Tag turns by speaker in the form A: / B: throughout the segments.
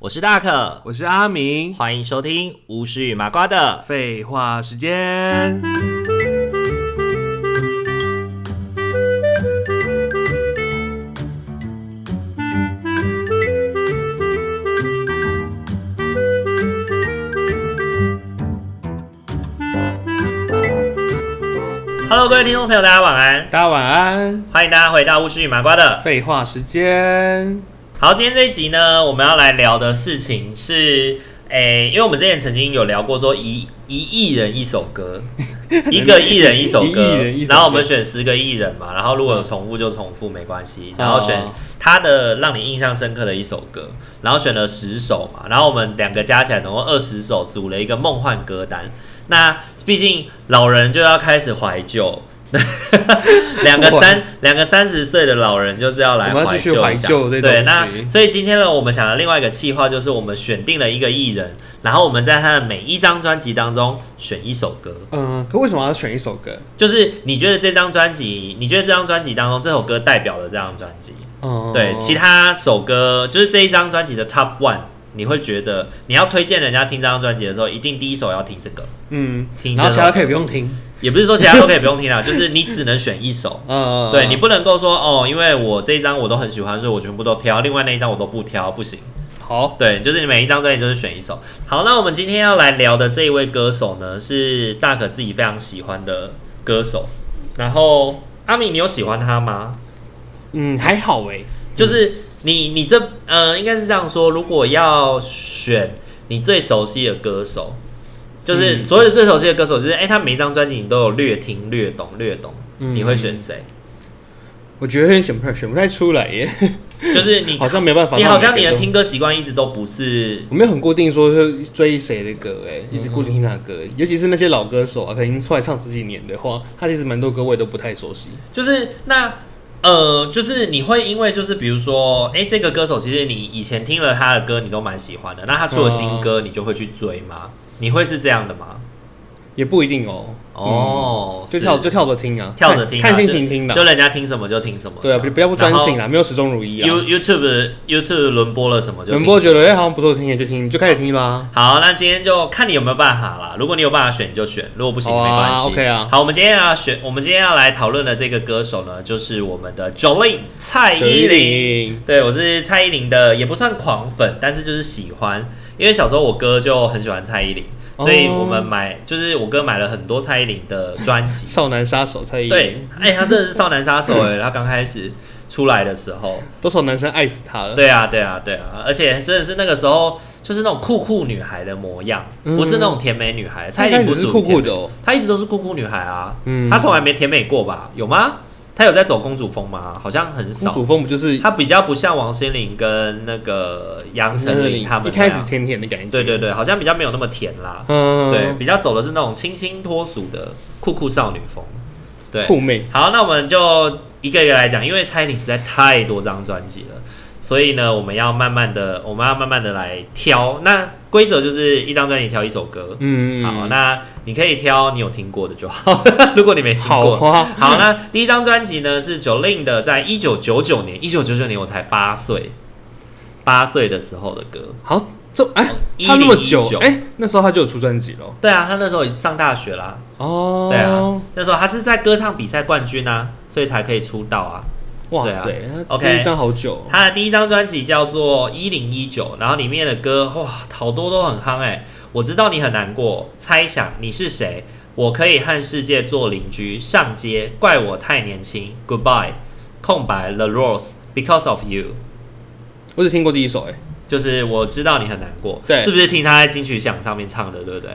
A: 我是大可，
B: 我是阿明。
A: 欢迎收听巫师与麻瓜的。
B: 废话时间，
A: Hello，各位听众朋友，大家晚安，
B: 大家晚安。
A: 欢迎大家回到巫师与麻瓜的。
B: 废话时间，
A: 好，今天这一集呢，我们要来聊的事情是，诶、因为我们之前曾经有聊过说一一亿人一首 歌，一个艺人一首歌，
B: 一亿人一首歌
A: 然后我们选十个艺人嘛，然后如果有重复就重复没关系，然后选
B: 哦
A: 他的让你印象深刻的一首歌，然后选了十首嘛，然后我们两个加起来总共二十首，组了一个梦幻歌单。那毕竟老人就要开始怀旧。 两个
B: 不管
A: 三两个三十岁的老人就是要来
B: 我们要
A: 怀
B: 继续
A: 旧
B: 怀
A: 一下
B: 旧这东
A: 对，
B: 西
A: 那所以今天呢，我们想的另外一个计划就是，我们选定了一个艺人，然后我们在他的每一张专辑当中选一首歌。
B: 嗯，可为什么要选一首歌？
A: 就是你觉得这张专辑，你觉得这张专辑当中这首歌代表了这张专辑，
B: 嗯，
A: 对，其他首歌就是这一张专辑的 Top One，你会觉得你要推荐人家听这张专辑的时候，一定第一首要听这个，
B: 嗯，
A: 听
B: 然后
A: 这
B: 其
A: 首
B: 他可以不用听。
A: 也不是说其他都可以不用听啦，就是你只能选一 首。
B: 嗯，
A: 对你不能够说哦，因为我这一张我都很喜欢，所以我全部都挑，另外那一张我都不挑，不行。
B: 好，
A: 对，就是你每一张专辑就是选一首。好，那我们今天要来聊的这一位歌手呢，是大可自己非常喜欢的歌手。然后阿米，你有喜欢他吗？
B: 嗯，还好诶。
A: 就是你你这呃，应该是这样说，如果要选你最熟悉的歌手，就是所有的最熟悉的歌手，就是哎、他每一张专辑你都有略听、略懂、略懂，
B: 嗯
A: 你会选谁？
B: 我觉得有点选不太选不太出来耶，
A: 就是你
B: 好像没办法。
A: 你好像你的
B: 让我觉得，
A: 听歌习惯一直都不是
B: 我没有很固定说是追谁的歌诶，
A: 嗯
B: 一直固定听他的歌，尤其是那些老歌手啊，可能出来唱十几年的话，他其实蛮多歌我也都不太熟悉。
A: 就是那呃，就是你会因为就是比如说，哎、这个歌手其实你以前听了他的歌，你都蛮喜欢的，那他出了新歌，你就会去追吗？你会是这样的吗？
B: 也不一定哦，
A: 哦，
B: 就是跳就跳着听啊，
A: 跳着听啊、
B: 看看心
A: 就
B: 情听的啊
A: 就。人家听什么就听什么。
B: 对啊，不不要不专心
A: 啊。
B: 啦，没有始终如一啊。
A: You YouTube YouTube 轮播了什么就
B: 文
A: 听
B: 波觉得哎、好像不错听，就听就开始听吧。
A: 好，那今天就看你有没有办法啦。如果你有办法选，你就选；如果不行，
B: 好啊
A: 没关系。
B: OK 啊
A: 好，我们今天要选，我们今天要来讨论的这个歌手呢，就是我们的 Jolin 蔡依林。
B: 林，
A: 对，我是蔡依林的，也不算狂粉，但是就是喜欢，因为小时候我哥就很喜欢蔡依林，
B: 哦
A: 所以我们买、就是我哥买了很多蔡依林的专 辑。
B: 少男杀手蔡依
A: 对
B: 林，，
A: 哎、他真的是少男杀手哎、他刚开始出来的时候，
B: 多少男生爱死他了。
A: 对啊，对啊，对啊，而且真的是那个时候，就是那种酷酷女孩的模样，
B: 嗯
A: 不是那种甜美女孩。蔡
B: 他
A: 依
B: 一开
A: 林
B: 始
A: 不
B: 是
A: 属于
B: 酷酷
A: 甜美
B: 的哦，
A: 她一直都是酷酷女孩啊，
B: 嗯
A: 她从来没甜美过吧？有吗？她有在走公主风吗？好像很
B: 公
A: 少
B: 主。风不就是
A: 她比较不像王心凌跟那个杨丞琳他们
B: 一
A: 那样
B: 开始甜甜的感觉？
A: 对对对，好像比较没有那么甜啦。
B: 嗯，
A: 对，比较走的是那种清新脱俗的酷酷少女风。对，
B: 酷妹。
A: 好，那我们就一个一个来讲，因为蔡依林实在太多张专辑了，所以呢，我们要慢慢的，我们要慢慢的来挑。那规则就是一张专辑挑一首歌。
B: 嗯，
A: 好，那你可以挑你有听过的就好。 如果你没听
B: 好
A: 过，
B: 花，
A: 好那第一张专辑呢是 Jolin 的，在一九九九年，一九九九年我才八岁，八岁的时候的歌。
B: 好这哎，
A: 1019
B: 他那么久哎，那时候他就有出专辑了
A: 对啊，他那时候已经上大学啦。
B: 哦。
A: 对啊，，那时候他是在歌唱比赛冠军啊，所以才可以出道啊。
B: 哇
A: 对啊
B: 塞他
A: OK
B: 第一张好久哦，
A: 他的第一张专辑叫做《一零一九》，然后里面的歌哇，好多都很夯哎、我知道你很难过，猜想你是谁？我可以和世界做邻居，上街怪我太年轻，Goodbye，空白 The Rose Because of You，
B: 我只听过第一首哎，
A: 就是我知道你很难过，
B: 对
A: 是不是听他在金曲奖上面唱的，对不对？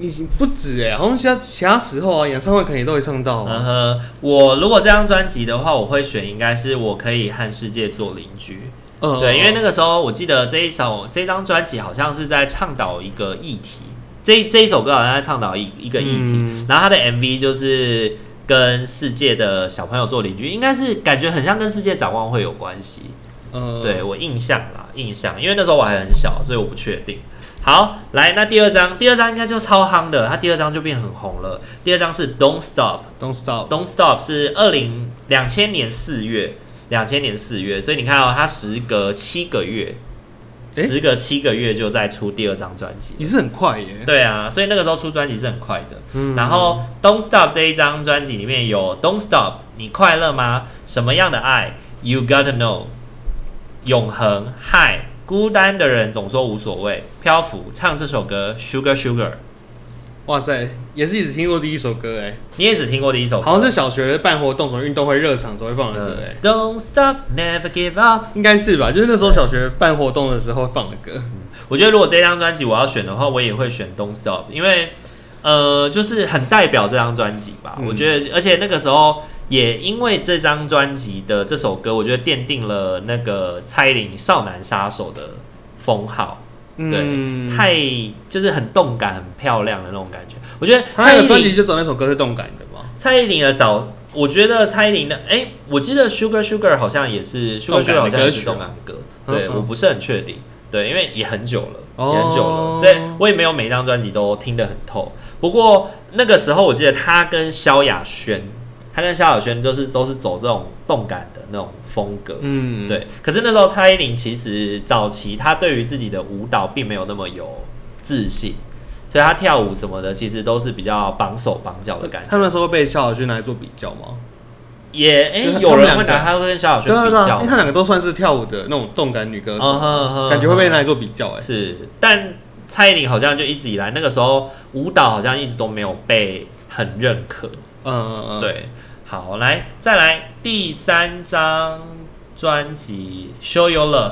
B: 已经不止哎，好像其他其他时候啊，演唱会肯定都会唱到啊。
A: 嗯哼，我如果这张专辑的话，我会选应该是我可以和世界做邻居，
B: 嗯，
A: 对，因为那个时候我记得这一首这张专辑好像是在倡导一个议题，这这一首歌好像在倡导一一个议题，
B: 嗯
A: 然后他的 MV 就是跟世界的小朋友做邻居，应该是感觉很像跟世界展望会有关系。
B: 呃，
A: 对我印象啦，印象，因为那时候我还很小，所以我不确定。好，来，那第二张，第二张应该就超夯的，它第二张就变很红了。第二张是 Don't Stop，
B: ，Don't Stop，
A: Don't Stop 是二零两千年四月，两千年四月，所以你看哦，它时隔七个月，
B: 诶
A: 时隔七个月就在出第二张专辑。
B: 也是很快耶。
A: 对啊，所以那个时候出专辑是很快的。
B: 嗯
A: 然后《Don't Stop》这一张专辑里面有《Don't Stop》，你快乐吗？什么样的爱？You gotta know，永恒嗨，孤单的人总说无所谓。漂浮唱这首歌《Sugar Sugar》，
B: 哇塞，也是只听过第一首歌哎，
A: 你也只听过第一首歌，
B: 好像是小学办活动、什么运动会、热场时候会放的歌哎
A: 嗯。Don't stop, never give up。
B: 应该是吧，就是那时候小学办活动的时候放的歌。
A: 我觉得如果这张专辑我要选的话，我也会选 Don't Stop，因为呃，就是很代表这张专辑吧。
B: 嗯
A: 我觉得，而且那个时候也因为这张专辑的这首歌，我觉得奠定了那个蔡依林少男杀手的封号。对，
B: 嗯，
A: 太就是很动感、很漂亮的那种感觉。我觉得
B: 他
A: 蔡依
B: 的专
A: 林
B: 辑就走那首歌是动感的嘛，
A: 蔡依林的早，我觉得蔡依林的，哎、我记得 Sugar Sugar 好像也是 Sugar
B: 动感
A: Sugar
B: 的
A: 好像也
B: 歌
A: 是
B: 曲
A: 动感歌，
B: 嗯
A: 对，
B: 嗯
A: 我不是很确定，对，因为也很久了，
B: 哦
A: 也很久了，所以我也没有每张专辑都听得很透。不过那个时候我记得她跟萧亚轩，她跟萧亚轩就是都是走这种动感的那种风格，
B: 嗯，，
A: 对。可是那时候蔡依林其实早期她对于自己的舞蹈并没有那么有自信。所以她跳舞什么的，其实都是比较绑手绑脚的感觉。
B: 他们那时候会被萧亚轩拿来做比较吗？
A: 也哎、
B: 就是他
A: 有
B: 们
A: 人
B: 两
A: 会
B: 个
A: 拿他跟萧亚轩
B: 对啊
A: 比
B: 对啊，
A: 较
B: 因为，他两个都算是跳舞的那种动感女歌
A: 嗯
B: 手，
A: 哼哼
B: 感觉会被
A: 哼
B: 拿来做比较哎。
A: 是，但蔡依林好像就一直以来那个时候舞蹈好像一直都没有被很认可。
B: 嗯嗯嗯，，
A: 对，好，来再来第三张专辑《Show Your Love》。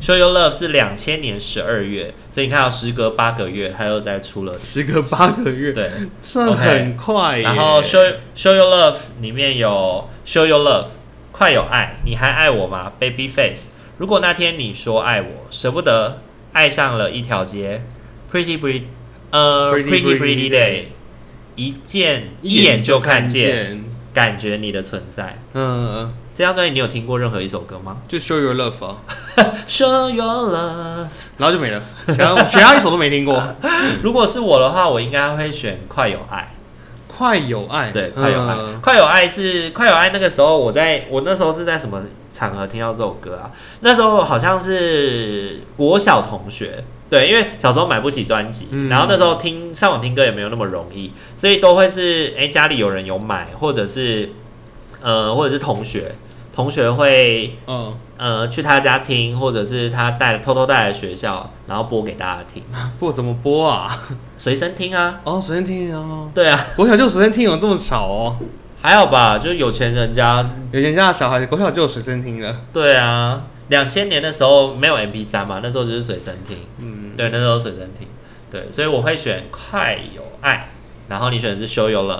A: Show Your Love 是两千年十二月，所以你看到时隔八个月，他又再出了
B: 时隔八个月，
A: 对，
B: 这很快耶。
A: 然后 Show Show Your Love 里面有 Show Your Love，快有爱，你还爱我吗？Baby Face，如果那天你说爱我，舍不得，爱上了一条街，Pretty Pretty，呃
B: Pretty
A: Pretty
B: Pretty
A: Pretty Day，一见一
B: 一
A: 眼
B: 眼
A: 就
B: 就
A: 看
B: 看
A: 见，
B: 见，
A: 感觉你的存在。
B: 嗯嗯，嗯
A: 这张专辑你有听过任何一首歌吗
B: 就 Show Your Love 啊，
A: ？Show Your Love，
B: 然后就没 了，其他其他一首都没听过。
A: 如果是我的话，我应该会选快有爱。
B: 快有爱，
A: 对，
B: 嗯
A: 快有爱，快有爱是快有爱。那个时候我在我那时候是在什么场合听到这首歌啊？那时候好像是国小同学，对，因为小时候买不起专辑，
B: 嗯
A: 然后那时候听上网听歌也没有那么容易，所以都会是哎、诶家里有人有买，或者是呃或者是同学，同学会
B: 嗯，
A: 呃去他家听，或者是他带偷偷带来学校，然后播给大家听，
B: 不怎么播啊？
A: 随身听啊，
B: 哦，随身听哦。
A: 对啊，
B: 国小就有随身听有这么吵哦？
A: 还好吧，就是有钱人家
B: 有钱家的小孩国小就有随身听了。
A: 对啊，两千年的时候没有 MP 三嘛，那时候就是随身听。
B: 嗯，
A: 对，那时候随身听。对，所以我会选《快有爱》，然后你选的是《Show Your Love》，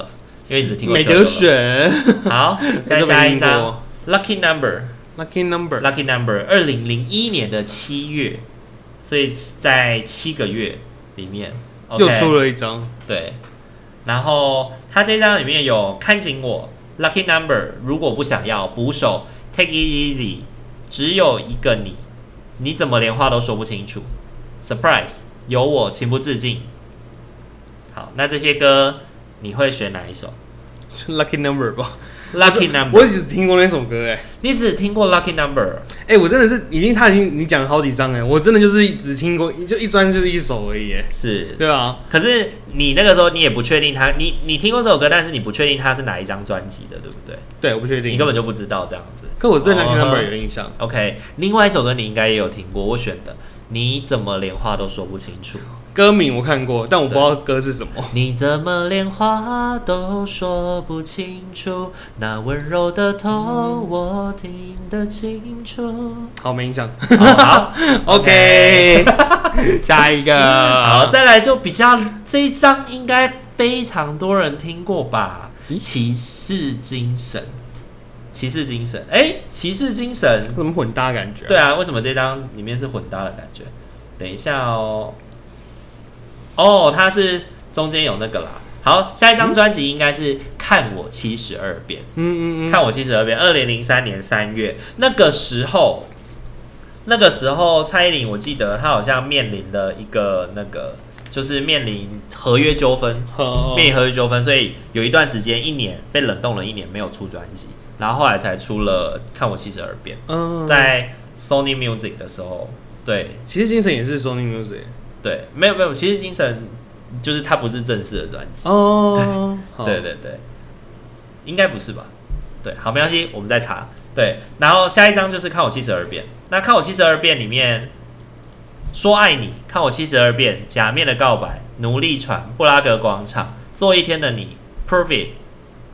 A: 因为你只听过。
B: 没得。选，
A: 好，再
B: 都没
A: 下一
B: 听
A: 张
B: 过。
A: 《Lucky Number
B: Lucky》Number，
A: ，Lucky Number，二零零一年的七月，所以在七个月里面
B: 又出
A: 了。
B: 了一张。
A: 对，然后他这张里面有看紧我，Lucky Number，如果不想要捕手，Take it easy，只有一个你，你怎么连话都说不清楚？Surprise，有我情不自禁。好，那这些歌你会选哪一首
B: Lucky number 吧，
A: ？Lucky
B: 我
A: Number，
B: 只听过那首歌哎、
A: 你只听过 Lucky Number，
B: 哎、我真的是已经他已经你讲了好几张哎、我真的就是只听过就一专就是一首而已哎、
A: 是，
B: 对啊，
A: 可是你那个时候你也不确定他，你你听过这首歌，但是你不确定它是哪一张专辑的，对不对？
B: 对，我不确定，
A: 你根本就不知道这样子。
B: 可我对
A: 哦
B: Lucky number 有印象，
A: OK，另外一首歌你应该也有听过，我选的。你怎么连话都说不清楚？
B: 歌名我看过，但我不知道歌是什么。
A: 你怎么连话都说不清楚？那温柔的痛我听得清 楚。
B: 好，没印象。
A: 好好
B: OK，下一个，
A: 好，再来就比较这一张应该非常多人听过吧？骑士精神，骑士精神，哎、骑士精神
B: 怎么混搭感觉、
A: 对，啊，为什么这张里面是混搭的感觉？等一下哦，哦，它是中间有那个啦。好，下一张专辑应该是《看我七十二变》
B: 嗯嗯嗯，
A: 看我七十二变，二零零三年三月那个时候，那个时候蔡依林，我记得她好像面临了一个那个，就是面临合约纠纷，
B: 好
A: 面临合约纠纷，所以有一段时间一年被冷冻了一年没有出专辑，然后后来才出了《看我七十二变》。
B: 嗯，
A: 在 Sony Music 的时候对
B: 其实精神也是 Sony Music
A: 对，没有没有，其实精神就是它不是正式的专辑，
B: 哦，好
A: 对，对对，应该不是吧？对，好，没关系，我们再查。对，然后下一张就是《看我七十二变》。那《看我七十二变》里面，说爱你，《看我七十二变》，《假面的告白》，《奴隶船》，《布拉格广场》，《做一天的你》，Perfect，《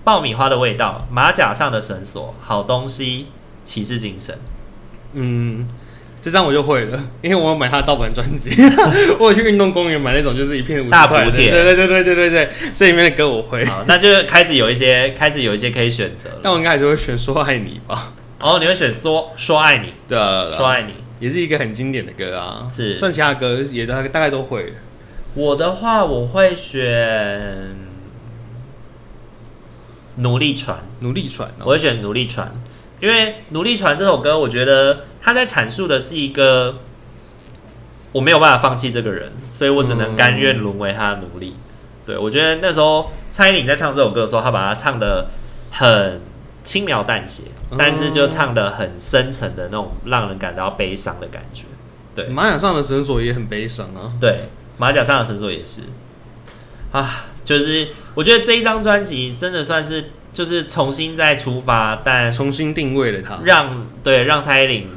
A: 爆米花的味道》，《马甲上的绳索》，好东西，骑士精神。
B: 嗯，这张我就会了，因为我有买他的盗版专辑，我有去运动公园买那种就是一片50
A: 大补
B: 块的
A: 贴
B: 对对对对对对对，这里面的歌我会，
A: 好，那就开始有一些，开始有一些可以选择了。
B: 但我应该还是会选说爱你吧，
A: 哦，你会选说说爱你，
B: 对啊，对啊对
A: 说
B: 啊
A: 爱你。
B: 也是一个很经典的歌啊，
A: 是
B: 算其他歌也大大概都会，
A: 我的话，我会选奴隶船，
B: 努力传
A: 我
B: 哦，
A: 会选奴隶船，因为奴隶船这首歌，我觉得他在阐述的是一个我没有办法放弃这个人，所以我只能甘愿沦为他的奴隶。对我觉得那时候蔡依林在唱这首歌的时候，她把它唱的很轻描淡写，但是就唱的很深层的那种让人感到悲伤的感觉。对
B: 马甲上的绳索也很悲伤啊，
A: 对，马甲上的绳索也是啊，就是我觉得这一张专辑真的算是就是重新再出发，但
B: 重新定位了它，
A: 让对让蔡依林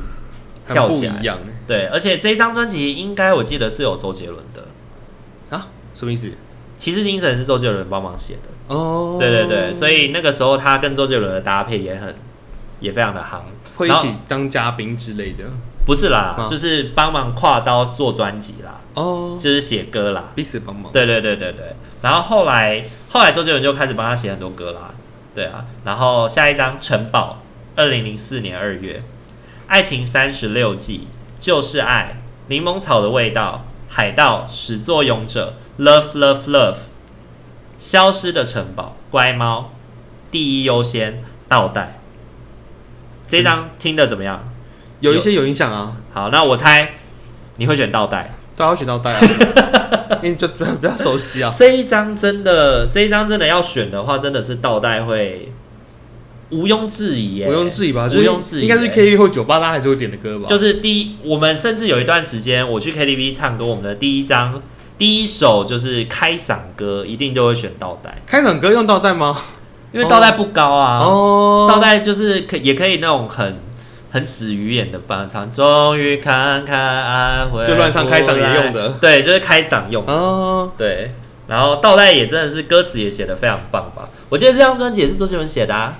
B: 很
A: 跳
B: 不
A: 起
B: 一
A: 来，
B: 样
A: 对，而且这一张专辑应该我记得是有周杰伦的，
B: 啊，什么意思？
A: 骑士精神是周杰伦帮忙写的，
B: 哦，
A: 对对对，所以那个时候他跟周杰伦的搭配也很也非常的夯，
B: 会一
A: 然后
B: 起当嘉宾之类的
A: 不是啦，
B: 啊
A: 就是帮忙跨刀做专辑啦，
B: 哦，
A: 就是写歌啦，
B: 彼此帮忙。
A: 对对对对对。然后后来后来周杰伦就开始帮他写很多歌啦，对啊。然后下一张《城堡》，二零零四年二月，《爱情三十六计》，就是爱，《柠檬草的味道》，《海盗》，《始作俑者》，Love Love Love，《消失的城堡》，乖猫，第一优先，倒带。这张听的怎么样？
B: 有一些有影响啊，
A: 好，那我猜你会选倒带。
B: 大家会选到带啊， 因为就比较比较熟悉啊。
A: 这一张真的，这一张真的要选的话，真的是倒带会毋庸置疑耶、
B: 毋庸置疑吧，
A: 毋
B: 就是
A: 庸置疑
B: 应该是
A: 耶
B: KTV 或酒吧大家还是会点的歌吧。
A: 就是第一，我们甚至有一段时间我去 KTV 唱歌，我们的第一张第一首就是开嗓歌，一定就会选倒带，
B: 开场歌用到带吗？
A: 因为倒带不高啊，
B: 哦，
A: 倒带就是可也可以那种很。很死鱼眼的翻唱，终于看啊看安徽，
B: 就乱唱开嗓也用的，
A: 对，就是开嗓用的
B: 哦，
A: 对，然后倒带也真的是歌词也写的非常棒吧？我记得这张专辑也是周杰伦写的啊。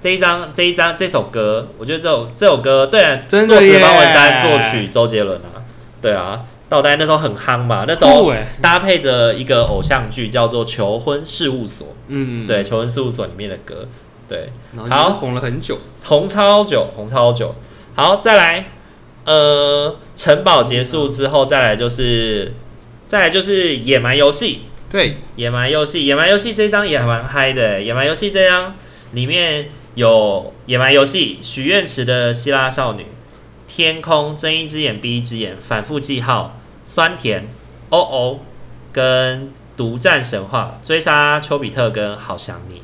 A: 这一张这一张这首歌，我觉得这首这首歌对啊，
B: 真的
A: 作词
B: 耶
A: 方文山，作曲周杰伦啊，对啊，倒带那时候很夯嘛，那时
B: 酷
A: 候
B: 哎，
A: 搭配着一个偶像剧叫做《求婚事务所》，
B: 嗯，
A: 对，《求婚事务所》里面的歌，对，
B: 然后也
A: 好
B: 是红了很久。
A: 红超久，红超久。好，再来，呃，城堡结束之后，再来就是再来就是野蛮游戏，
B: 对，
A: 野蛮游戏，野蛮游戏这张也蛮嗨的。野蛮游戏这张里面有野蛮游戏、许愿池的希腊少女、天空、睁一只眼闭一只眼、反复记号、酸甜、哦哦，跟独占神话、追杀丘比特跟好想 你。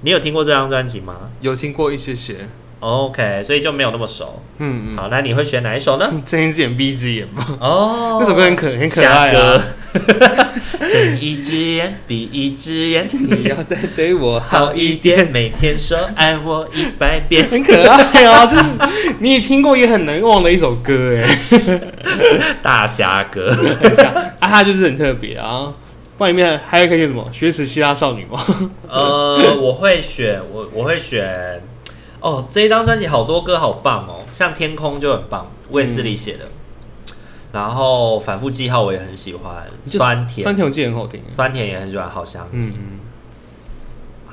A: 你有听过这张专辑吗
B: 有听过一些些，
A: ？OK，所以就没有那么熟。
B: 嗯
A: 好，那你会选哪一首呢？
B: 嗯，睁一只眼闭一只眼吧，
A: 哦，
B: 那首歌很可很 可爱啊。
A: 歌。哦睁一只眼闭一只眼，
B: 你要再对我
A: 好
B: 好
A: 一
B: 一
A: 点，
B: 点，
A: 每天 说爱我一百遍。
B: 很可爱啊，就是你也听过也很难忘的一首歌哎。
A: 大侠哥，
B: 很像啊，它就是很特别啊。不然里面还有一个叫什么“学死希腊少女”吗？
A: 呃，我会选我我会选哦，这一张专辑好多歌好棒哦，像《天空》就很棒，卫斯理写的。然后《反复记号》我也很喜欢，
B: 就
A: 酸甜
B: 酸甜我记得很好听。
A: 酸甜也很喜欢，好香。
B: 嗯嗯，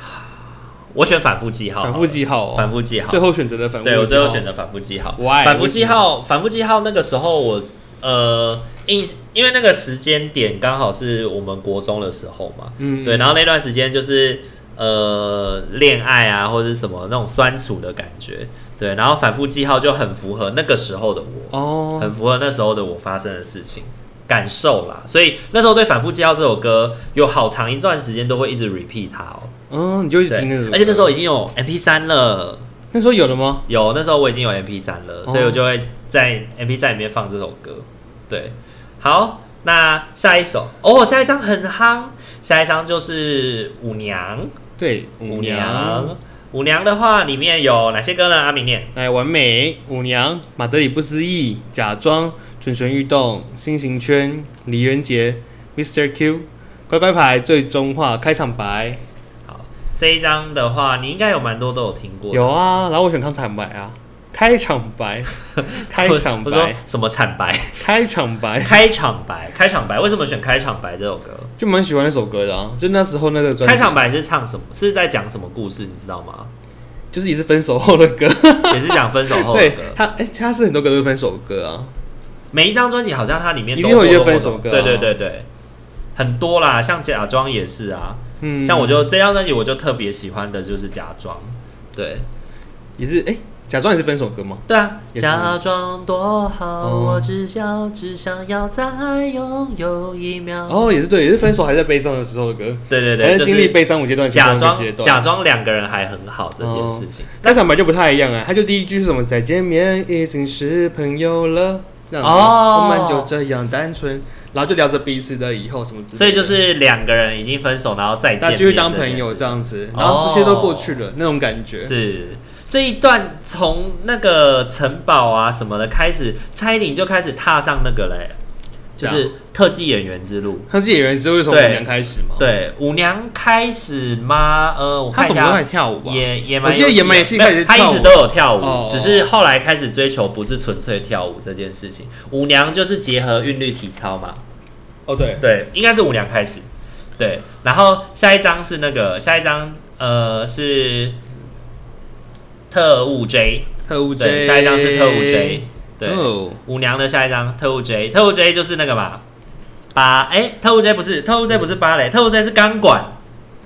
A: 我选《反复记号》好
B: 反
A: 了，
B: 复记号、哦，
A: 反复记号
B: 最。后选择的反复记号。
A: 对我最后选择反复记号。
B: Why？
A: 反复记号，反复记号那个时候我呃印，因为那个时间点刚好是我们国中的时候嘛，
B: 嗯，
A: 对，然后那段时间就是呃恋爱啊或者是什么那种酸楚的感觉，对，然后反复记号就很符合那个时候的我，
B: 哦，
A: 很符合那时候的我发生的事情。感受啦，所以那时候对《反复记号》这首歌有好长一段时间都会一直 repeat 它哦、
B: 嗯，你就一直
A: 对
B: 听那首歌，，
A: 而且那时候已经有 MP 三了，
B: 那时候有了吗？
A: 有，那时候我已经有 MP 三了，
B: 哦
A: 所以我就会在 MP 三里面放这首歌。对，好，那下一首哦，下一张很夯，下一张就是《舞娘》。
B: 对，
A: 舞娘，舞娘的话里面有哪些歌呢？阿明念。
B: 来完美舞娘，马德里不思议，假装蠢蠢欲动，心形圈，李仁杰，Mr. Q，乖乖牌，最终化开场白，
A: 这一张的话，你应该有蛮多都有听过。
B: 有啊，然后我选开场白啊，开场白， 开场
A: 我说
B: 白，
A: 什么惨白？
B: 开场白，
A: 开场白，开场白，为什么选开场白这首歌？
B: 就蛮喜欢那首歌的啊，就那时候那个专
A: 开
B: 辑，
A: 场白是唱什么？是在讲什么故事？你知道 吗？
B: 就是也是分手后的歌，
A: 也是讲分手 后的
B: 对
A: 歌。
B: 他，哎、他是很多歌都是分手歌啊，
A: 每一张专辑好像它里面都
B: 一定会有一
A: 或多
B: 些分
A: 或少
B: 手歌啊
A: 对对对对，很多啦，像假装也是啊。
B: 嗯，
A: 像我就这张专辑，我就特别喜欢的就是假装。对
B: 也是，哎、假装也是分手歌吗？
A: 对啊，
B: 也是
A: 假装多好，
B: 哦
A: 我只想只想要再拥有一秒。
B: 哦，也是对，也是分手还在悲伤的时候的歌。
A: 对对嗯对，
B: 反
A: 就
B: 正经
A: 是
B: 历悲伤五阶段，
A: 假装
B: 阶段，哦
A: 假装两个人还很好这件事情。
B: 开场白就不太一样啊，他就第一句是什么？再见面已经是朋友了，这样子
A: 哦
B: 我们就这样单纯，然后就聊着彼此的以后什么之类的，
A: 所以就是两个人已经分手，然后再
B: 大
A: 见面，
B: 家继续当朋友这。样子，然后这些都过去了、那种感觉。
A: 是这一段从那个城堡啊什么的开始，蔡依林就开始踏上那个嘞、就
B: 这
A: 是特技演员之路。
B: 他是演员之后是从
A: 对
B: 舞娘开始嘛？，
A: 对，舞娘开始吗？呃，我
B: 他
A: 看
B: 什
A: 一
B: 么时候开
A: 下
B: 始。跳舞啊？
A: 野野蛮
B: 我记得
A: 游戏
B: 野蛮游戏
A: 没有
B: 开始
A: 他
B: 跳舞
A: 一直都有跳舞，
B: 哦
A: 只是后来开始追求不是纯粹跳舞这件事情。舞娘就是结合韵律体操嘛，
B: 哦，对，
A: 对，应该是舞娘开始。对，然后下一张是那个下一张，呃，是特务 J，
B: 特务
A: 对，
B: J，
A: 下一张是特务 J，对，
B: 哦，
A: 舞娘的下一张特务 J，特务 J 就是那个嘛，芭，哎、特务 J 不是，特务 J 不是芭蕾，特务 J 是钢管，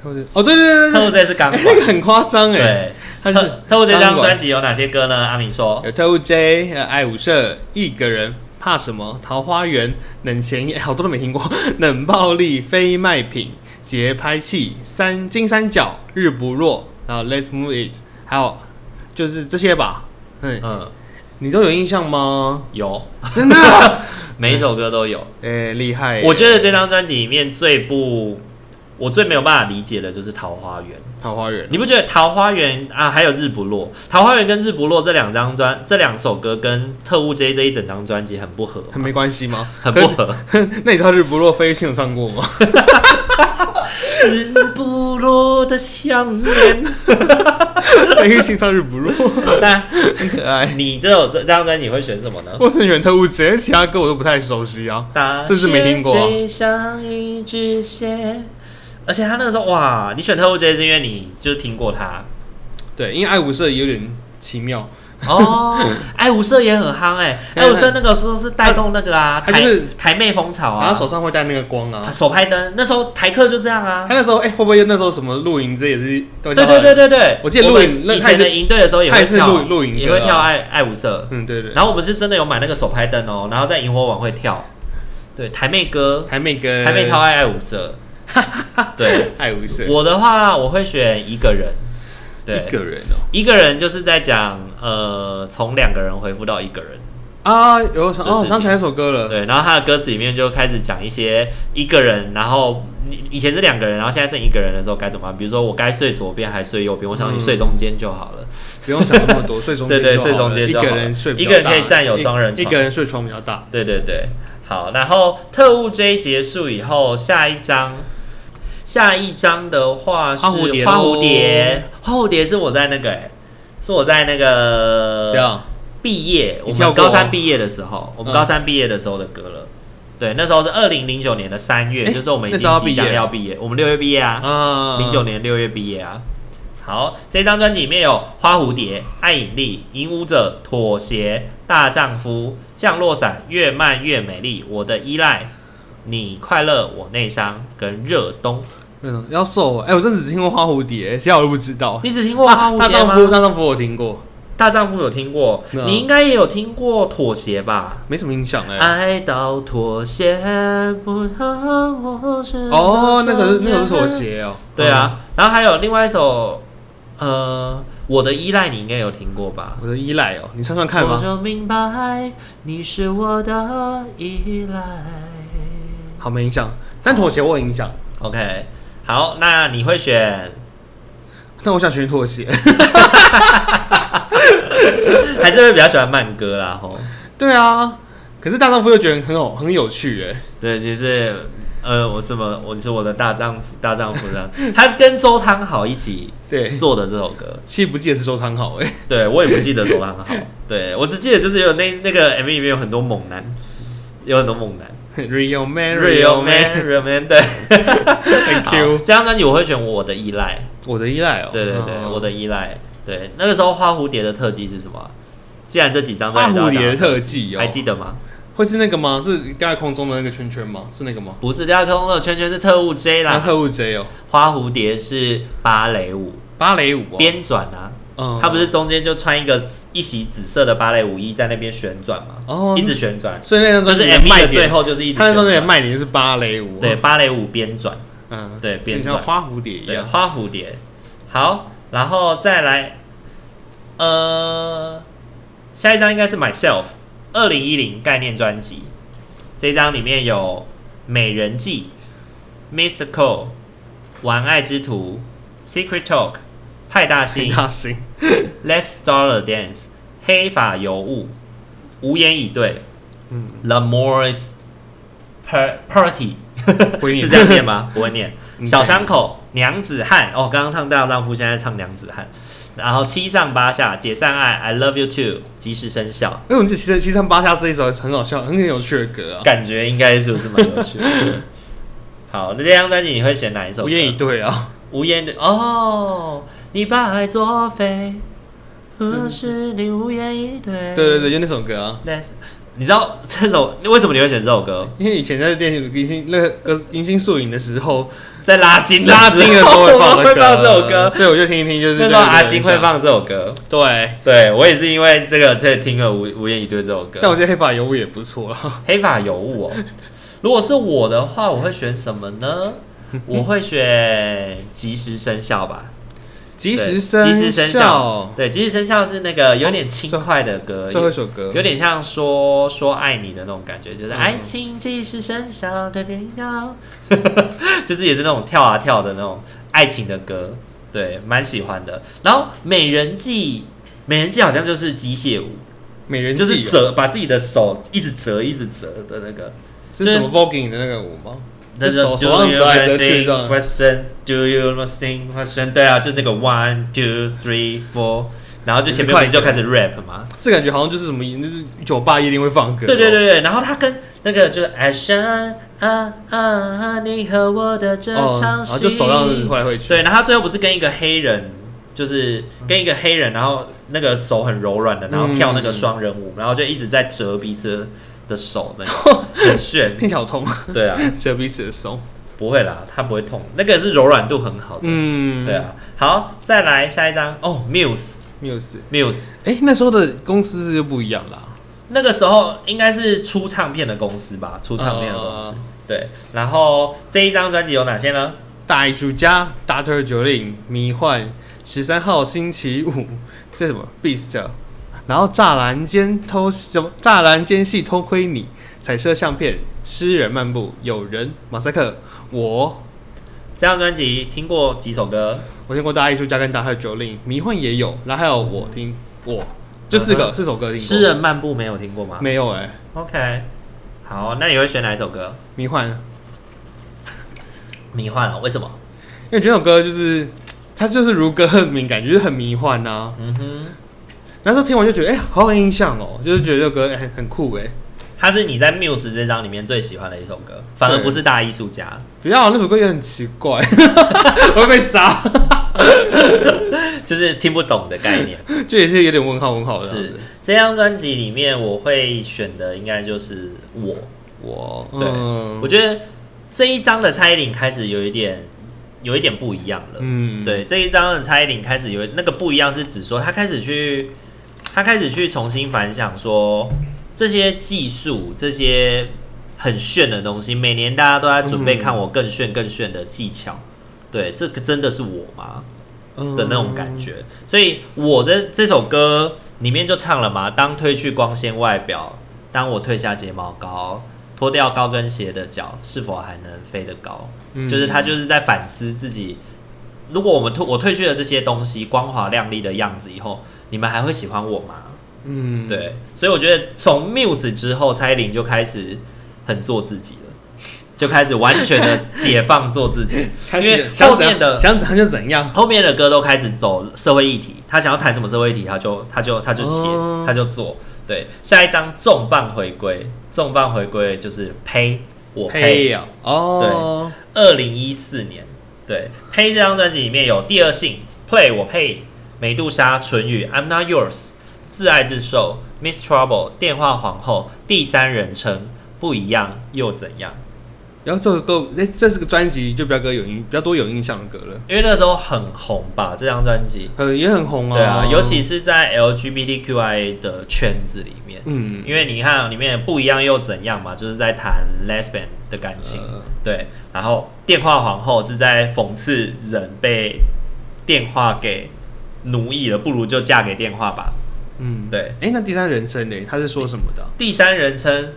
B: 特务 J，哦，对对对
A: 特务
B: 对
A: J 是钢
B: 对，
A: 管，
B: 那 个很夸张哎，
A: 对，
B: 他就是
A: 特特务 J 这
B: 钢
A: 张
B: 管
A: 专辑有哪些歌呢？阿明说，
B: 有特务 J、呃、爱舞社、一个人、怕什么、桃花源、冷前夜， 好多都没听过。冷暴力、非卖品、节拍器、三金三角、日不落，然后 Let's Move It，还有就是这些吧。嗯，
A: 嗯，
B: 你都有印象吗？
A: 有，
B: 真的？
A: 每一首歌都有。
B: 哎、厉害耶！
A: 我觉得这张专辑里面最不，我最没有办法理解的就是《桃花源》。
B: 桃花源
A: 你不觉得《桃花源》啊，还有《日不落》，《桃花源》跟《日不落》这两张专这两首歌跟《特务 J》这一整张专辑很不合，
B: 很没关系吗？
A: 很不合。
B: 可是那你知道日不落飞信有唱过 吗？
A: 日不落的想念。
B: 飞信唱日不落，
A: 那
B: 很可爱。
A: 你这首这张专辑会选什么呢？
B: 我只选特务 J，其他歌我都不太熟悉啊。这是没听过啊
A: 大雪追上一只鞋。而且他那个时候哇，你选特务 J 是因为你就听过 他
B: 对，因为爱舞社有点奇妙。
A: 哦，爱无社也很夯哎、
B: 对
A: 爱无社那个时候是带动那个啊，
B: 嗯他他
A: 台
B: 就是
A: 台妹风潮啊，
B: 然后手上会带那个光啊。
A: 手拍灯，那时候台客就这样啊
B: 他。那时候哎、会不会那时候什么露营这也是都
A: 对对对对
B: 对，
A: 对，
B: 我记得
A: 们
B: 录影那
A: 以前的
B: 他也是
A: 营队的时候也
B: 他
A: 会
B: 也是
A: 跳
B: 录录影歌啊
A: 也会跳爱爱舞社。
B: 嗯对对。
A: 然后我们是真的有买那个手拍灯哦，然后在萤火晚会跳。对，台妹歌，
B: 台妹跟
A: 台妹超爱爱舞 社。对，
B: 爱无声，
A: 我的话我会选一个人。对
B: 一，个人哦、
A: 一个人就是在讲呃，从两个人回复到一个人。
B: 啊，有想
A: 这
B: 哦
A: 是
B: 想起来那首歌了，
A: 对，然后他的歌词里面就开始讲一些一个人，然后你以前是两个人，然后现在剩一个人的时候该怎么办？比如说我该睡左边还是睡右边？我想你睡中间就好了。
B: 不用想那么 多，睡中间
A: 对对
B: 就好了
A: 睡中间
B: 一
A: 就好
B: 个
A: 了
B: 人睡比
A: 一
B: 较
A: 个人
B: 大
A: 可以占有双人
B: 一
A: 床
B: 个人睡床比较大，
A: 对对对，好，然后特务 J 结束以后，下一张，下一张的话是
B: 花蝴蝶
A: 花
B: 咯
A: 蝴蝶，花蝴蝶是我在那个、欸，是我在那
B: 这
A: 个
B: 样
A: 毕业，我
B: 你跳
A: 们
B: 过
A: 高三毕业的时候，我们
B: 嗯
A: 高三毕业的时候的歌了。对，那时候是二零零九年的三月，
B: 诶
A: 就是我们已
B: 那时
A: 经
B: 候要
A: 即
B: 毕
A: 将
B: 业
A: 要毕业，我们六月毕业啊，
B: 啊
A: 零九、年六月毕业啊。好，这张专辑里面有《花蝴蝶》《爱引力》《影舞者》《妥协》《大丈夫》《降落伞》《越慢越美丽》《我的依赖》《你快乐我内伤》跟《热冬》。
B: 那种要瘦哎、我真的只听过花蝴蝶，其他我都不知道。
A: 你只听过花蝴
B: 啊大
A: 蝶
B: 丈夫
A: 吗？
B: 大丈夫我听过，
A: 大丈夫有听过，
B: 嗯
A: 你应该也有听过《妥协》吧？
B: 没什么印象哎、
A: 爱到妥协不让我是啊
B: 哦，那首是那首是妥。协哦，
A: 对啊，然后还有另外一首，呃，我的依赖你应该有听过吧？
B: 我的依赖哦，你唱唱看
A: 我
B: 吧。
A: 就明白你是我的依赖。
B: 好没影响，但妥协我有影响。
A: OK，好，那你会选
B: 那我想选妥协。
A: 还是会比较喜欢慢歌啦，吼。
B: 对啊，可是大丈夫又觉得很好，很有趣哎。
A: 对，就是呃，我什么，我是我的大丈夫，大丈夫这样。 他是跟周汤好一起
B: 对，
A: 做的这首歌，
B: 其实不记得是周汤好哎。
A: 对我也不记得周汤好，对我只记得就是有那那个 MV 里面有很多猛男，有很多猛男
B: Real
A: ，Real
B: Man，Real
A: Man，Real Man，对，
B: Man，Thank
A: 好
B: you。
A: 这张专辑我会选我的依赖，
B: 我的依赖哦。
A: 对对对，
B: 哦
A: 我的依赖，对，那个时候花蝴蝶的特辑是什么啊？既然这几张
B: 花
A: 专辑都要
B: 蝴
A: 讲
B: 蝶的特技哦，
A: 还记得吗？
B: 会是那个吗？是掉在空中的那个圈圈吗？是那个吗？
A: 不是，大家空的圈圈是啊特务 J
B: 然后
A: 啦，
B: 特务 J 哦，
A: 花蝴蝶是芭蕾舞
B: 芭蕾舞哦，
A: 编转啊，
B: 嗯
A: 他不是中间就穿一个紫一袭紫色的芭蕾舞衣在那边旋转吗？
B: 哦
A: 一直旋转，
B: 所以那张
A: 就
B: 专
A: 是
B: 辑
A: MV
B: 卖
A: 的最
B: 点，
A: 后就是一直
B: 他那
A: 旋
B: 张专辑的
A: 转。
B: 卖点就是芭蕾舞，哦
A: 对，，芭蕾舞边转，
B: 嗯，
A: 对，
B: 就
A: 边
B: 像
A: 转，
B: 花蝴蝶一啊
A: 对，
B: 样，
A: 花蝴蝶。好，然后再来，呃，下一张应该是 Myself 二零一零概念专辑，这张里面有《美人计》、Mystical、玩爱之徒、Secret Talk、派大
B: 挺
A: 星、
B: 大型，
A: Let's Start a Dance、黑发尤物、无言以对、
B: 嗯
A: The Morris Per Party
B: 不会 念
A: 是这样念吗？不会念。
B: 嗯
A: 小伤口、娘子汉哦，刚刚唱大丈夫，现在唱娘子汉。然后七上八下、解散爱、I love you too，及时生效，
B: 哎因为我们其实七上八下这一首很好笑，很很有趣的歌啊，
A: 感觉应该是不是蛮有趣的。 好，那这张专辑你会选哪一首歌？
B: 无言以对啊，
A: 无言的哦，你把爱作废，可是你无言以对。
B: 对对对，就那首歌啊。
A: 但是你知道这首为什么你会选这首歌？
B: 因为以前在练迎新那个迎新宿营的时候，
A: 在拉筋的时候
B: 拉筋的时候会放
A: 我
B: 的
A: 会
B: 歌啊
A: 放这首歌，
B: 所以我就听一听，就是
A: 那时候阿星会，放这首歌。
B: 对。
A: 对我也是因为这个在听了无无言以对这啊首歌。
B: 但我觉得黑发尤物也不错 啊，
A: 黑发尤物哦，如果是我的话，我会选什么 呢？我会选及时生效吧。
B: 及时
A: 对及时生
B: 效，
A: 对，及时生效是那个有点轻快的歌，
B: 最后一首歌，
A: 有点像说说爱你的那种感觉，就是
B: 嗯
A: 爱情即是生效的叮当， 就是也是那种跳啊跳的那种爱情的歌，对，蛮喜欢的。然后美人计，美人计好像就是机械舞，
B: 美人
A: 就
B: 计哦
A: 是折把自己的手一直折一直折的那个，
B: 是什么 voguing 的那个舞吗？
A: 那
B: 手
A: 是
B: 手上
A: Do you
B: 折来折去
A: think
B: 这样
A: Question Do you think question？对啊，就那个 One Two Three Four，然后就前面不是就开始 rap 嘛。
B: 这感觉好像就是什么，就是酒吧夜店会放的歌。
A: 对对，对对，然后他跟那个就是爱上啊啊啊，你和我的这
B: 哦，然
A: 场
B: 后
A: 戏，
B: 就手上挥来挥去。
A: 对，然后他最后不是跟一个黑人，就是跟一个黑人，然后那个手很柔软的，然后跳那个双人舞，然后就一直在折彼此的手， 那个很炫，
B: 骗小痛，
A: 对啊，
B: 折彼此的手。
A: 不会啦，他不会痛，那个是柔软度很好的，
B: 嗯，
A: 对啊，好，再来下一张哦，Muse
B: ，Muse。
A: Muse，
B: 哎，那时候的公司就不一样啦，
A: 那个时候应该是出唱片的公司吧，出唱片的公司。
B: 呃
A: 对，然后这一张专辑有哪些呢？
B: 大艺术家、大特九零、迷幻、十三号星期五，这什么 Beast，然后栅栏间偷什么？栅栏间隙偷窥你，彩色相片，诗人漫步，有人，马赛克，我。
A: 这张专辑听过几首歌？
B: 我听过大艺术家跟大特九零，迷幻也有，然后还有我听我，就四
A: 嗯
B: 个
A: 哼
B: 四首歌听过。
A: 诗人漫步没有听过吗
B: 没有哎、
A: ？OK，好，那你会选哪一首歌？
B: 迷幻，
A: 迷幻啊了，为什么？
B: 因为这首歌就是它就是如歌很敏感，就是很迷幻呐、啊。
A: 嗯哼，
B: 那时候听完就觉得哎、好有印象哦，就是觉得这首歌哎、很酷哎、
A: 它是你在 Muse 这张里面最喜欢的一首歌，反而
B: 对
A: 不是大艺术家。
B: 不要那首歌也很奇怪， 我会被杀，
A: 就是听不懂的概 念。
B: 就也是有点问号问号的。
A: 是这张专辑里面我会选的应该就是我，
B: 我
A: 对
B: 嗯
A: 我觉得这一张的蔡依林开始有一点有一点不一样了。
B: 嗯，
A: 对这一章的蔡依林开始有那个不一样，是指说她开始去，她开始去重新反想说这些技术，这些很炫的东西，每年大家都在准备
B: 嗯
A: 看我更炫更炫的技巧。对，这个真的是我吗？
B: 嗯
A: 的那种感觉。所以我这这首歌里面就唱了嘛，当褪去光鲜外表，当我褪下睫毛膏，脱掉高跟鞋的脚，是否还能飞得高？
B: 嗯
A: 就是他就是在反思自己，如果我们退我褪去了这些东西，光滑亮丽的样子以后，你们还会喜欢我吗？
B: 嗯，，
A: 对，所以我觉得从 Muse 之后，蔡依林就开始很做自己了，就开始完全的解放做自己
B: 开
A: 因
B: 始
A: 为
B: 想
A: 后
B: 怎样
A: 面的
B: 想怎样就怎样，
A: 后面的歌都开始走社会议题，他想要谈什么社会议题，他就他就他就写
B: 哦，
A: 他就做。对，下一张重磅回归，重磅回归就是呸，我呸。
B: 配哦，哦，
A: 二零一四年，对，呸这张专辑里面有《第二性》、Play 我配、美杜莎、唇语、I'm Not Yours、自爱自受、Miss Trouble、电话皇后、第三人称、不一样又怎样？
B: 然后这首歌，哎，这是个专辑，就比较歌有印，比较多有印象的歌了，
A: 因为那时候很红吧，这张专辑，
B: 很也很红啊，
A: 对啊，尤其是在 LGBTQI 的圈子里面，
B: 嗯，
A: 因为你看里面不一样又怎样嘛，就是在谈 lesbian 的感情，
B: 呃
A: 对，然后电话皇后是在讽刺人被电话给奴役了，不如就嫁给电话吧。
B: 嗯，
A: 对，
B: 哎，那第三人称呢？他是说什么的？啊
A: 第三人称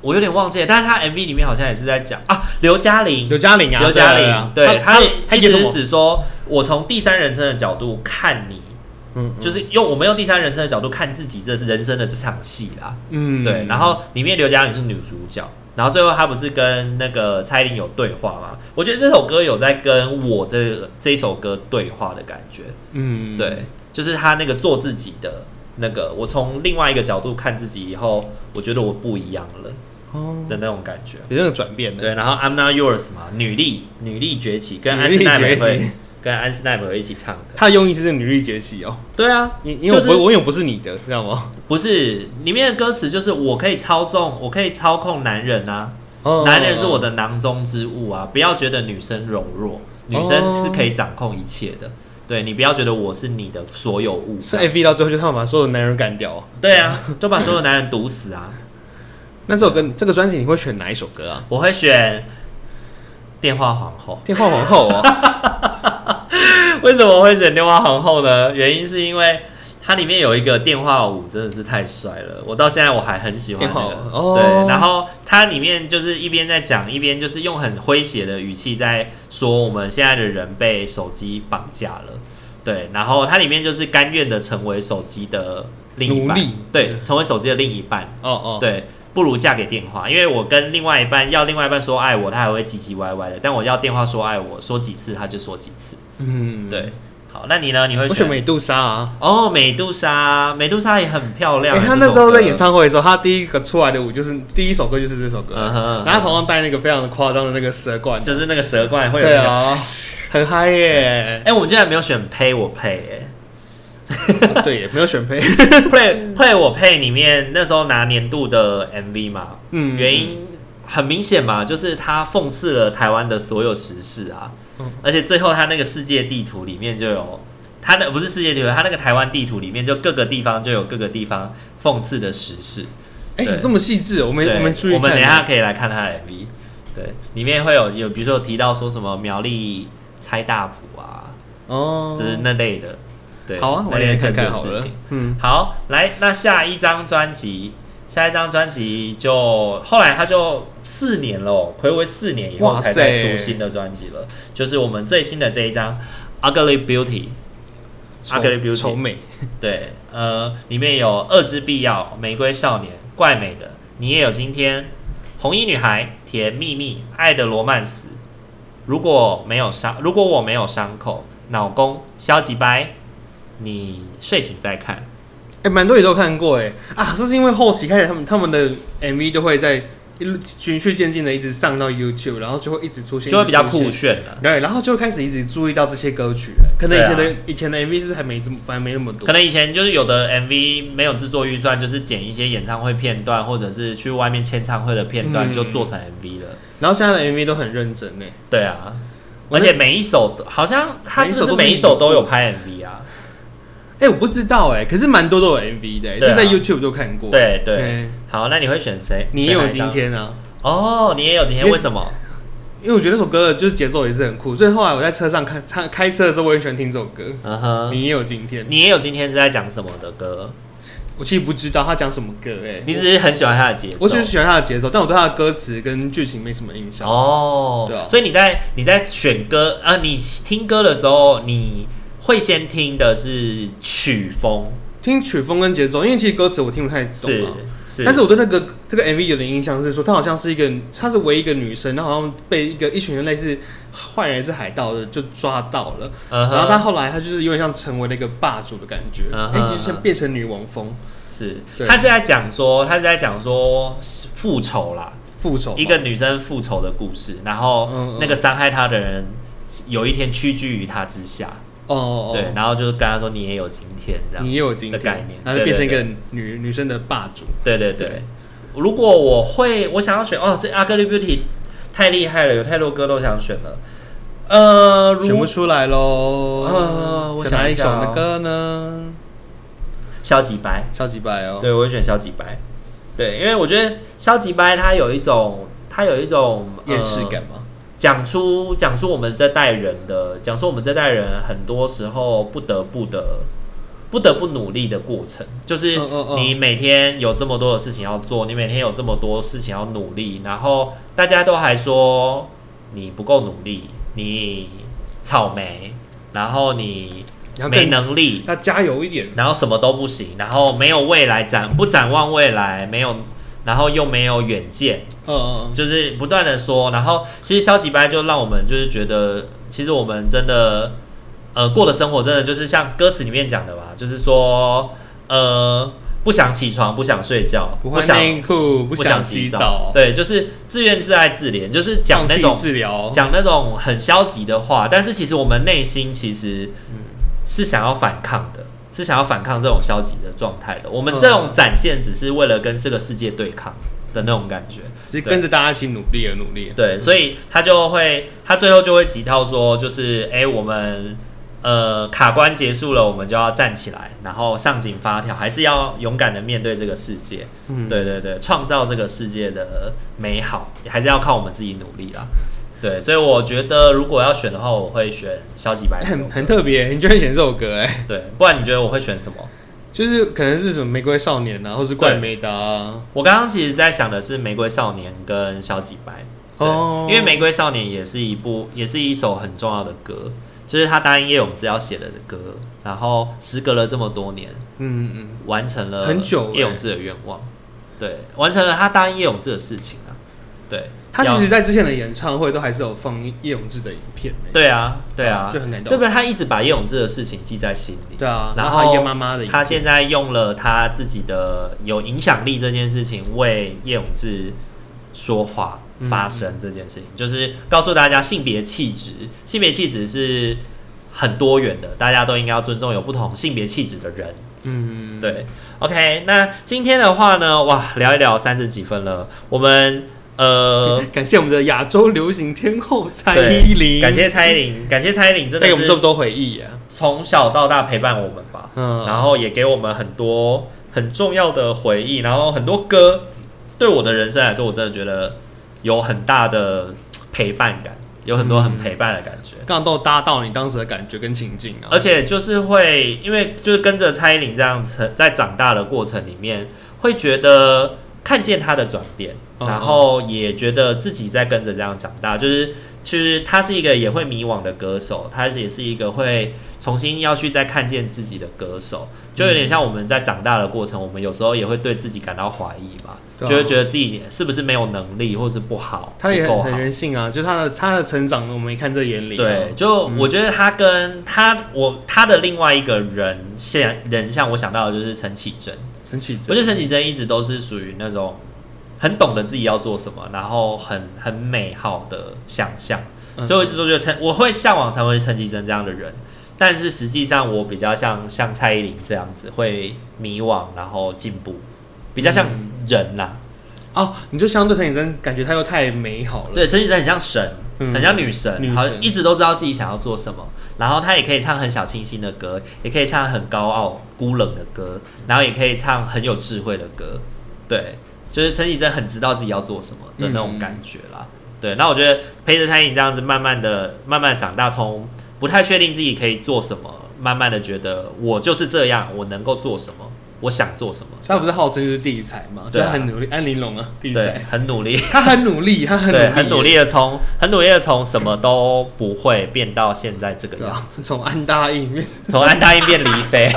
A: 我有点忘记了，但是他 MV 里面好像也是在讲啊，刘嘉玲，
B: 刘嘉玲啊，
A: 刘嘉
B: 对
A: 玲
B: 啊，对
A: 对
B: 啊，他他
A: 一
B: 演什
A: 直
B: 么？
A: 只说我从第三人称的角度看你，
B: 嗯，嗯
A: 就是用我们用第三人称的角度看自己，这是人生的这场戏啦。
B: 嗯，
A: 对，然后里面刘嘉玲是女主角，然后最后她不是跟那个蔡依林有对话吗？我觉得这首歌有在跟我这个这一首歌对话的感觉，
B: 嗯，
A: 对，就是她那个做自己的那个，我从另外一个角度看自己以后，我觉得我不一样了
B: 哦，
A: 的那种感觉。
B: 有那种转变的，
A: 对，然后 I'm Not Yours 嘛，女力女力崛起，跟安
B: 女
A: 室
B: 力
A: 奈美
B: 崛
A: 惠
B: 起
A: 跟安室奈美惠一起唱的。
B: 他的用意是女力崛起哦，
A: 对啊，
B: 因因为
A: 就
B: 我
A: 是
B: 不我永远不是你的，知道吗？
A: 不是里面的歌词就是我可以操纵，我可以操控男人啊。
B: 哦
A: 男人是我的囊中之物啊！不要觉得女生柔弱，女生是可以掌控一切的。对你不要觉得我是你的所有物，
B: 所以 MV 到最后就他们把所有男人干掉、哦。
A: 对啊，就把所有男人毒死啊！
B: 那这首歌，这个专辑你会选哪一首歌啊？
A: 我会选电话皇后。
B: 电话皇后 哦，
A: 为什么会选电话皇后呢？原因是因为它里面有一个电话舞真的是太帅了，我到现在我还很喜欢那
B: 电
A: 个。
B: 话舞哦
A: 对，然后它里面就是一边在讲，一边就是用很诙谐的语气在说我们现在的人被手机绑架了。对，然后它里面就是甘愿的成为手机的另一
B: 奴
A: 半
B: 隶，
A: 对，
B: 对
A: 成为手机的另一半，
B: 哦哦，
A: 对，不如嫁给电话，因为我跟另外一半要另外一半说爱我，他还会唧唧歪歪的，但我要电话说爱我，说几次他就说几次。
B: 嗯，
A: 对，好，那你呢？你会
B: 我
A: 选
B: 选美杜莎啊。
A: 哦，美杜莎，美杜莎也很漂亮。
B: 哎、他
A: 啊这
B: 那
A: 首
B: 时候在
A: 歌
B: 演，唱会的时候，他第一个出来的舞就是第一首歌就是这首歌，
A: 嗯哼，
B: 然后他头上戴那个非常的夸张的那个蛇冠，
A: 就是那个蛇冠会有
B: 对
A: 那个。
B: 啊，很嗨耶、
A: 哎、我们竟然没有选配我配
B: 对，也没有选配，
A: 哎，play play 我配里面那时候拿年度的 MV 嘛，
B: 嗯
A: 原因很明显嘛，就是他讽刺了台湾的所有时事啊，
B: 嗯
A: 而且最后他那个世界地图里面就有。他的不是世界地图，他那个台湾地图里面就各个地方就有各个地方讽刺的时事，
B: 哎、
A: 对
B: 你这么细致，我们
A: 对
B: 我们注意
A: 我们等一下
B: 看，
A: 可以来看他的 MV，对，里面会有有比如说有提到说什么苗栗拆大埔啊，
B: 哦
A: 就是那类的，对，
B: 好啊，我
A: 那
B: 来
A: 类
B: 看
A: 政治
B: 看
A: 的
B: 好
A: 事
B: 了
A: 情。，
B: 嗯，
A: 好，来，那下一张专辑，下一张专辑就后来他就四年了，暌违四年以后
B: 哇
A: 才
B: 塞
A: 再出新的专辑了，就是我们最新的这一张《Ugly Beauty》。
B: 丑
A: Ugly Beauty
B: 丑美，
A: 对，呃，里面有《恶之必要》《玫瑰少年》《怪美的》，你也有今天，《红衣女孩》《甜蜜蜜》《爱的罗曼史》，如果没有伤，如果我没有伤口，脑公消极掰，你睡醒再看。
B: 哎，蛮多也都看过哎啊，这是因为后期开始他们他们的 MV 都会在一路循序渐进的一直上到 YouTube，然后就会一直出现，
A: 就会比较
B: 一直出
A: 酷
B: 现。
A: 炫啊了。
B: 对，然后就开始一直注意到这些歌曲了，可能以前的、以前的 MV 是还没这么还没那么
A: 啊
B: 多
A: 可，能以前就是有的 MV 没有制作预算，就是剪一些演唱会片段，或者是去外面签唱会的片段
B: 嗯
A: 就做成 MV 了。
B: 然后现在的 MV 都很认真呢。
A: 对啊，
B: 我
A: 而
B: 那
A: 且每一首都好像他是不是每
B: 每
A: 一
B: 一
A: 首
B: 首
A: 都
B: 都是
A: 有拍 MV 啊？
B: 哎、我不知道哎，可是蛮多都有 MV 的，欸
A: 对啊
B: 是在 YouTube 都看过。
A: 对对。
B: 对
A: 好，那你会选谁？
B: 你也
A: 选哪
B: 有
A: 一
B: 今
A: 张
B: 天啊？
A: 哦，你也有今天，
B: 因为
A: 为什么？
B: 因为我觉得那首歌就是节奏也是很酷，所以后来我在车上看唱开车的时候，我也喜欢听这首歌。
A: 嗯哼，
B: 你也有今天，
A: 你也有今天是在讲什么的歌？
B: 我其实不知道他讲什么歌哎、
A: 你只是很喜欢他的节奏。
B: 我只是喜欢他的节奏，但我对他的歌词跟剧情没什么印象。
A: 哦
B: 对啊，
A: 所以你在你在选歌啊，你听歌的时候，你会先听的是曲风，
B: 听曲风跟节奏，因为其实歌词我听不太懂
A: 是
B: 啊。
A: 是，
B: 但是我对那个这个 MV 有点印象是说，她好像是一个，她是唯一一个女生，然后好像被一个一群人类似坏人还是海盗的就抓到了，
A: 嗯
B: 然后她
A: 哼，
B: 后来她就是有点像成为了一个霸主的感觉，哎、
A: 嗯哼
B: 就像变成女王风
A: 是
B: 对
A: 他是在讲说，他是在讲说复仇啦，
B: 复仇嘛，哦
A: 一个女生复仇的故事，然后
B: 嗯嗯
A: 那个伤害她的人有一天屈居于她之下，
B: 哦哦，
A: 对，然后就是跟她说你也有今天这样
B: 你，也有今天
A: 的概念
B: 然后就变成一个
A: 对
B: 女女生的霸主，
A: 对对
B: 对
A: 对。如果我会，我想要选哦，这《阿格丽 Beauty》太厉害了，有太多歌都想选了。呃，
B: 选
A: 如
B: 不出来喽。
A: 呃我
B: 想哪
A: 想
B: 一
A: 一
B: 首
A: 下哦
B: 的歌呢？
A: 消极白，
B: 超级白哦，
A: 对我会选消极白。对，因为我觉得消极白它有一种，它有一种呃
B: 厌世感嘛，
A: 讲出讲出我们这代人的，讲出我们这代人很多时候不得不的。不得不努力的过程，就是
B: 嗯嗯嗯
A: 你每天有这么多的事情要做，你每天有这么多事情要努力，然后大家都还说你不够努力，你草莓，然后你
B: 你要
A: 嗯没
B: 更
A: 能力，
B: 要加油一点，
A: 然后什么都不行，然后没有未来展，不展望未来，没有，然后又没有远见，
B: 嗯嗯
A: 就是不断的说，然后其实消极白就让我们就是觉得，其实我们真的，呃，过的生活真的就是像歌词里面讲的吧，就是说，呃，不想起床，不想睡觉，
B: 不
A: 不
B: 换
A: 想
B: 内裤，不
A: 不
B: 想洗
A: 洗
B: 澡，
A: 对，就是自怨自艾自怜，就是讲
B: 放
A: 那
B: 弃
A: 种
B: 治疗，
A: 讲那种很消极的话，但是其实我们内心其实
B: 嗯
A: 是想要反抗的，是想要反抗这种消极的状态的。我
B: 嗯
A: 们这种展现只是为了跟这个世界对抗的那种感觉。
B: 只是跟着大家一起努力而努力。
A: 对，所以他就会，他最后就会提到说，就是哎、诶我们呃卡关结束了，我们就要站起来，然后上紧发条，还是要勇敢的面对这个世界。
B: 嗯
A: 对对对，创造这个世界的美好，还是要靠我们自己努力啦。对，所以我觉得如果要选的话，我会选消极 白这首
B: 很
A: 歌
B: 很特别，你居然选这首歌哎，
A: 对，不然你觉得我会选什么？
B: 就是可能是什么玫瑰少年啊，或是怪美达啊，
A: 我刚刚其实在想的是《玫瑰少年》跟《消极白》对
B: 哦
A: 因为《玫瑰少年》也是一部，也是一首很重要的歌，就是他答应叶永志要写的歌，然后时隔了这么多年，
B: 嗯嗯
A: 完成了
B: 很久欸
A: 叶永志的愿望，对，完成了他答应叶永志的事情啊，对
B: 嗯，，他其实在之前的演唱会都还是有放叶永志的影片哎，
A: 对啊，对啊，
B: 就很感动
A: 这个他一直把叶永志的事情记在心里。
B: 对啊，
A: 然
B: 然
A: 后
B: 后还有一个妈妈的影
A: 他
B: 片，
A: 现在用了他自己的有影响力这件事情为叶永志说话
B: 嗯
A: 发声这件事情，就是告诉大家性别气质，性别气质是很多元的，大家都应该要尊重有不同性别气质的人。
B: 嗯，
A: 对，OK，那今天的话呢，哇，聊一聊三十几分了，我们呃
B: 感谢我们的亚洲流行天后 蔡
A: 对
B: 依林，哎
A: 感谢蔡依林，感谢蔡依林，真的
B: 带给我们这么
A: 是
B: 多回忆啊，
A: 从小到大陪伴我们吧。
B: 嗯，
A: 然后也给我们很多很重要的回忆，然后很多歌对我的人生来说，我真的觉得有很大的陪伴感，有很多很陪伴的感觉，
B: 刚好都搭到你当时的感觉跟情境啊，
A: 而且就是会因为就是跟着蔡依林这样子在长大的过程里面，会觉得看见她的转变，
B: 嗯
A: 然后也觉得自己在跟着这样长大，就是。其实她是一个也会迷惘的歌手，她也是一个会重新要去再看见自己的歌手，就有点像我们在长大的过程，我们有时候也会对自己感到怀疑吧，
B: 对啊
A: 就会觉得自己是不是没有能力，或是不好，
B: 他也
A: 不够
B: 很
A: 好
B: 很。人性啊，就他的他的成长，我们也看在眼里、啊。
A: 对，，就我觉得他跟他我他的另外一个人现人像我想到的就是陈绮贞，
B: 陈启
A: 我
B: 贞
A: 觉得陈绮贞一直都是属于那种很懂得自己要做什么，然后很很美好的想象，
B: 嗯
A: 所以我一直都觉得陈我会向往成为陈绮贞这样的人，但是实际上我比较像像蔡依林这样子，会迷惘然后进步，比较像人啦、
B: 哦，你就相对陈启贞，感觉他又太美好了。
A: 对，陈绮贞很像神，
B: 嗯
A: 很像女神，
B: 女
A: 好
B: 神
A: 像一直都知道自己想要做什么。然后她也可以唱很小清新的歌，也可以唱很高傲孤冷的歌，然后也可以唱很有
B: 嗯
A: 智慧的歌。对，就是陈绮贞很知道自己要做什么的那种感觉啦。对，那我觉得陪着餐饮这样子慢慢的、慢慢地长大，从不太确定自己可以做什么，慢慢的觉得我就是这样，我能够做什么，我想做什么，
B: 他不是号称就是地才嘛，就
A: 对啊
B: 他很努力，安玲珑啊，地
A: 对
B: 才，，
A: 很努力，
B: 他很努力，他很努
A: 对，
B: 力，
A: 很努力的从很努力的从什么都不会变到现在这个
B: 对
A: 样，
B: 啊，从安大应面，
A: 从安大英变黎飞，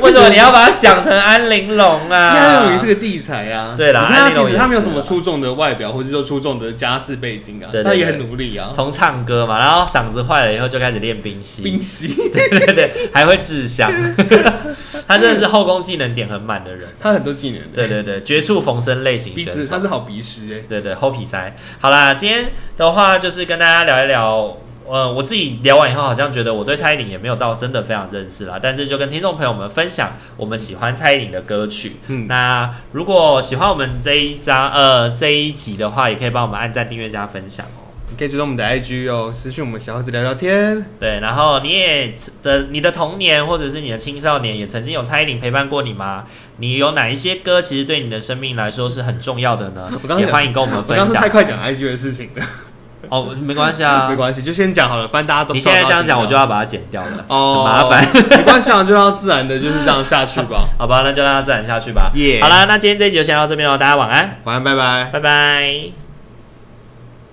A: 为什么你要把它讲成安玲珑啊？
B: 安玲珑也是个地才啊，
A: 对啦
B: 你看
A: 安
B: 他
A: 玲珑
B: 其实他没有
A: 也
B: 什
A: 是啊
B: 么出众的外表，或者说出众的家世背景啊
A: 对，对
B: 他也
A: 对
B: 很努力啊，
A: 从唱歌嘛，然后嗓子坏了以后就开始练冰嬉，
B: 冰溪，
A: 对对对，还会制香， 他真的是后宫技能点很满的人。
B: 他很多技能的，
A: 对对对，绝处逢生类型
B: 鼻
A: 选
B: 子
A: 手
B: 他。是好鼻师哎，
A: 对对，后皮塞。好啦，今天的话就是跟大家聊一聊。呃，我自己聊完以后，好像觉得我对蔡依林也没有到真的非常认识啦，但是就跟听众朋友们分享我们喜欢蔡依林的歌曲。
B: 嗯
A: 那如果喜欢我们这一张呃这一集的话，也可以帮我们按赞、订阅、加分享哦。
B: 你可以追踪我们的 IG 哦，私讯我们小盒子聊聊天。
A: 对，然后你也的你的童年或者是你的青少年也曾经有蔡依林陪伴过你吗？你有哪一些歌其实对你的生命来说是很重要的呢
B: 我刚？刚
A: 也
B: 讲
A: 欢迎跟我们
B: 我
A: 分
B: 刚是
A: 享
B: 太。快讲 IG 的事情了，
A: 哦，没关系啊
B: 没，关系，就先讲好哦了，反正大家都
A: 你现在
B: 收
A: 这
B: 到
A: 样讲，
B: 听到
A: 我就要把它剪掉了，很
B: 哦，
A: 麻烦。
B: 烦，没关系，啊，就让它自然的就是这样下去吧。
A: 好吧，那就让它自然下去吧。
B: 耶
A: 好啦，那今天这一集就先到这边喽，大家晚安，
B: 晚安，拜拜。
A: 拜拜。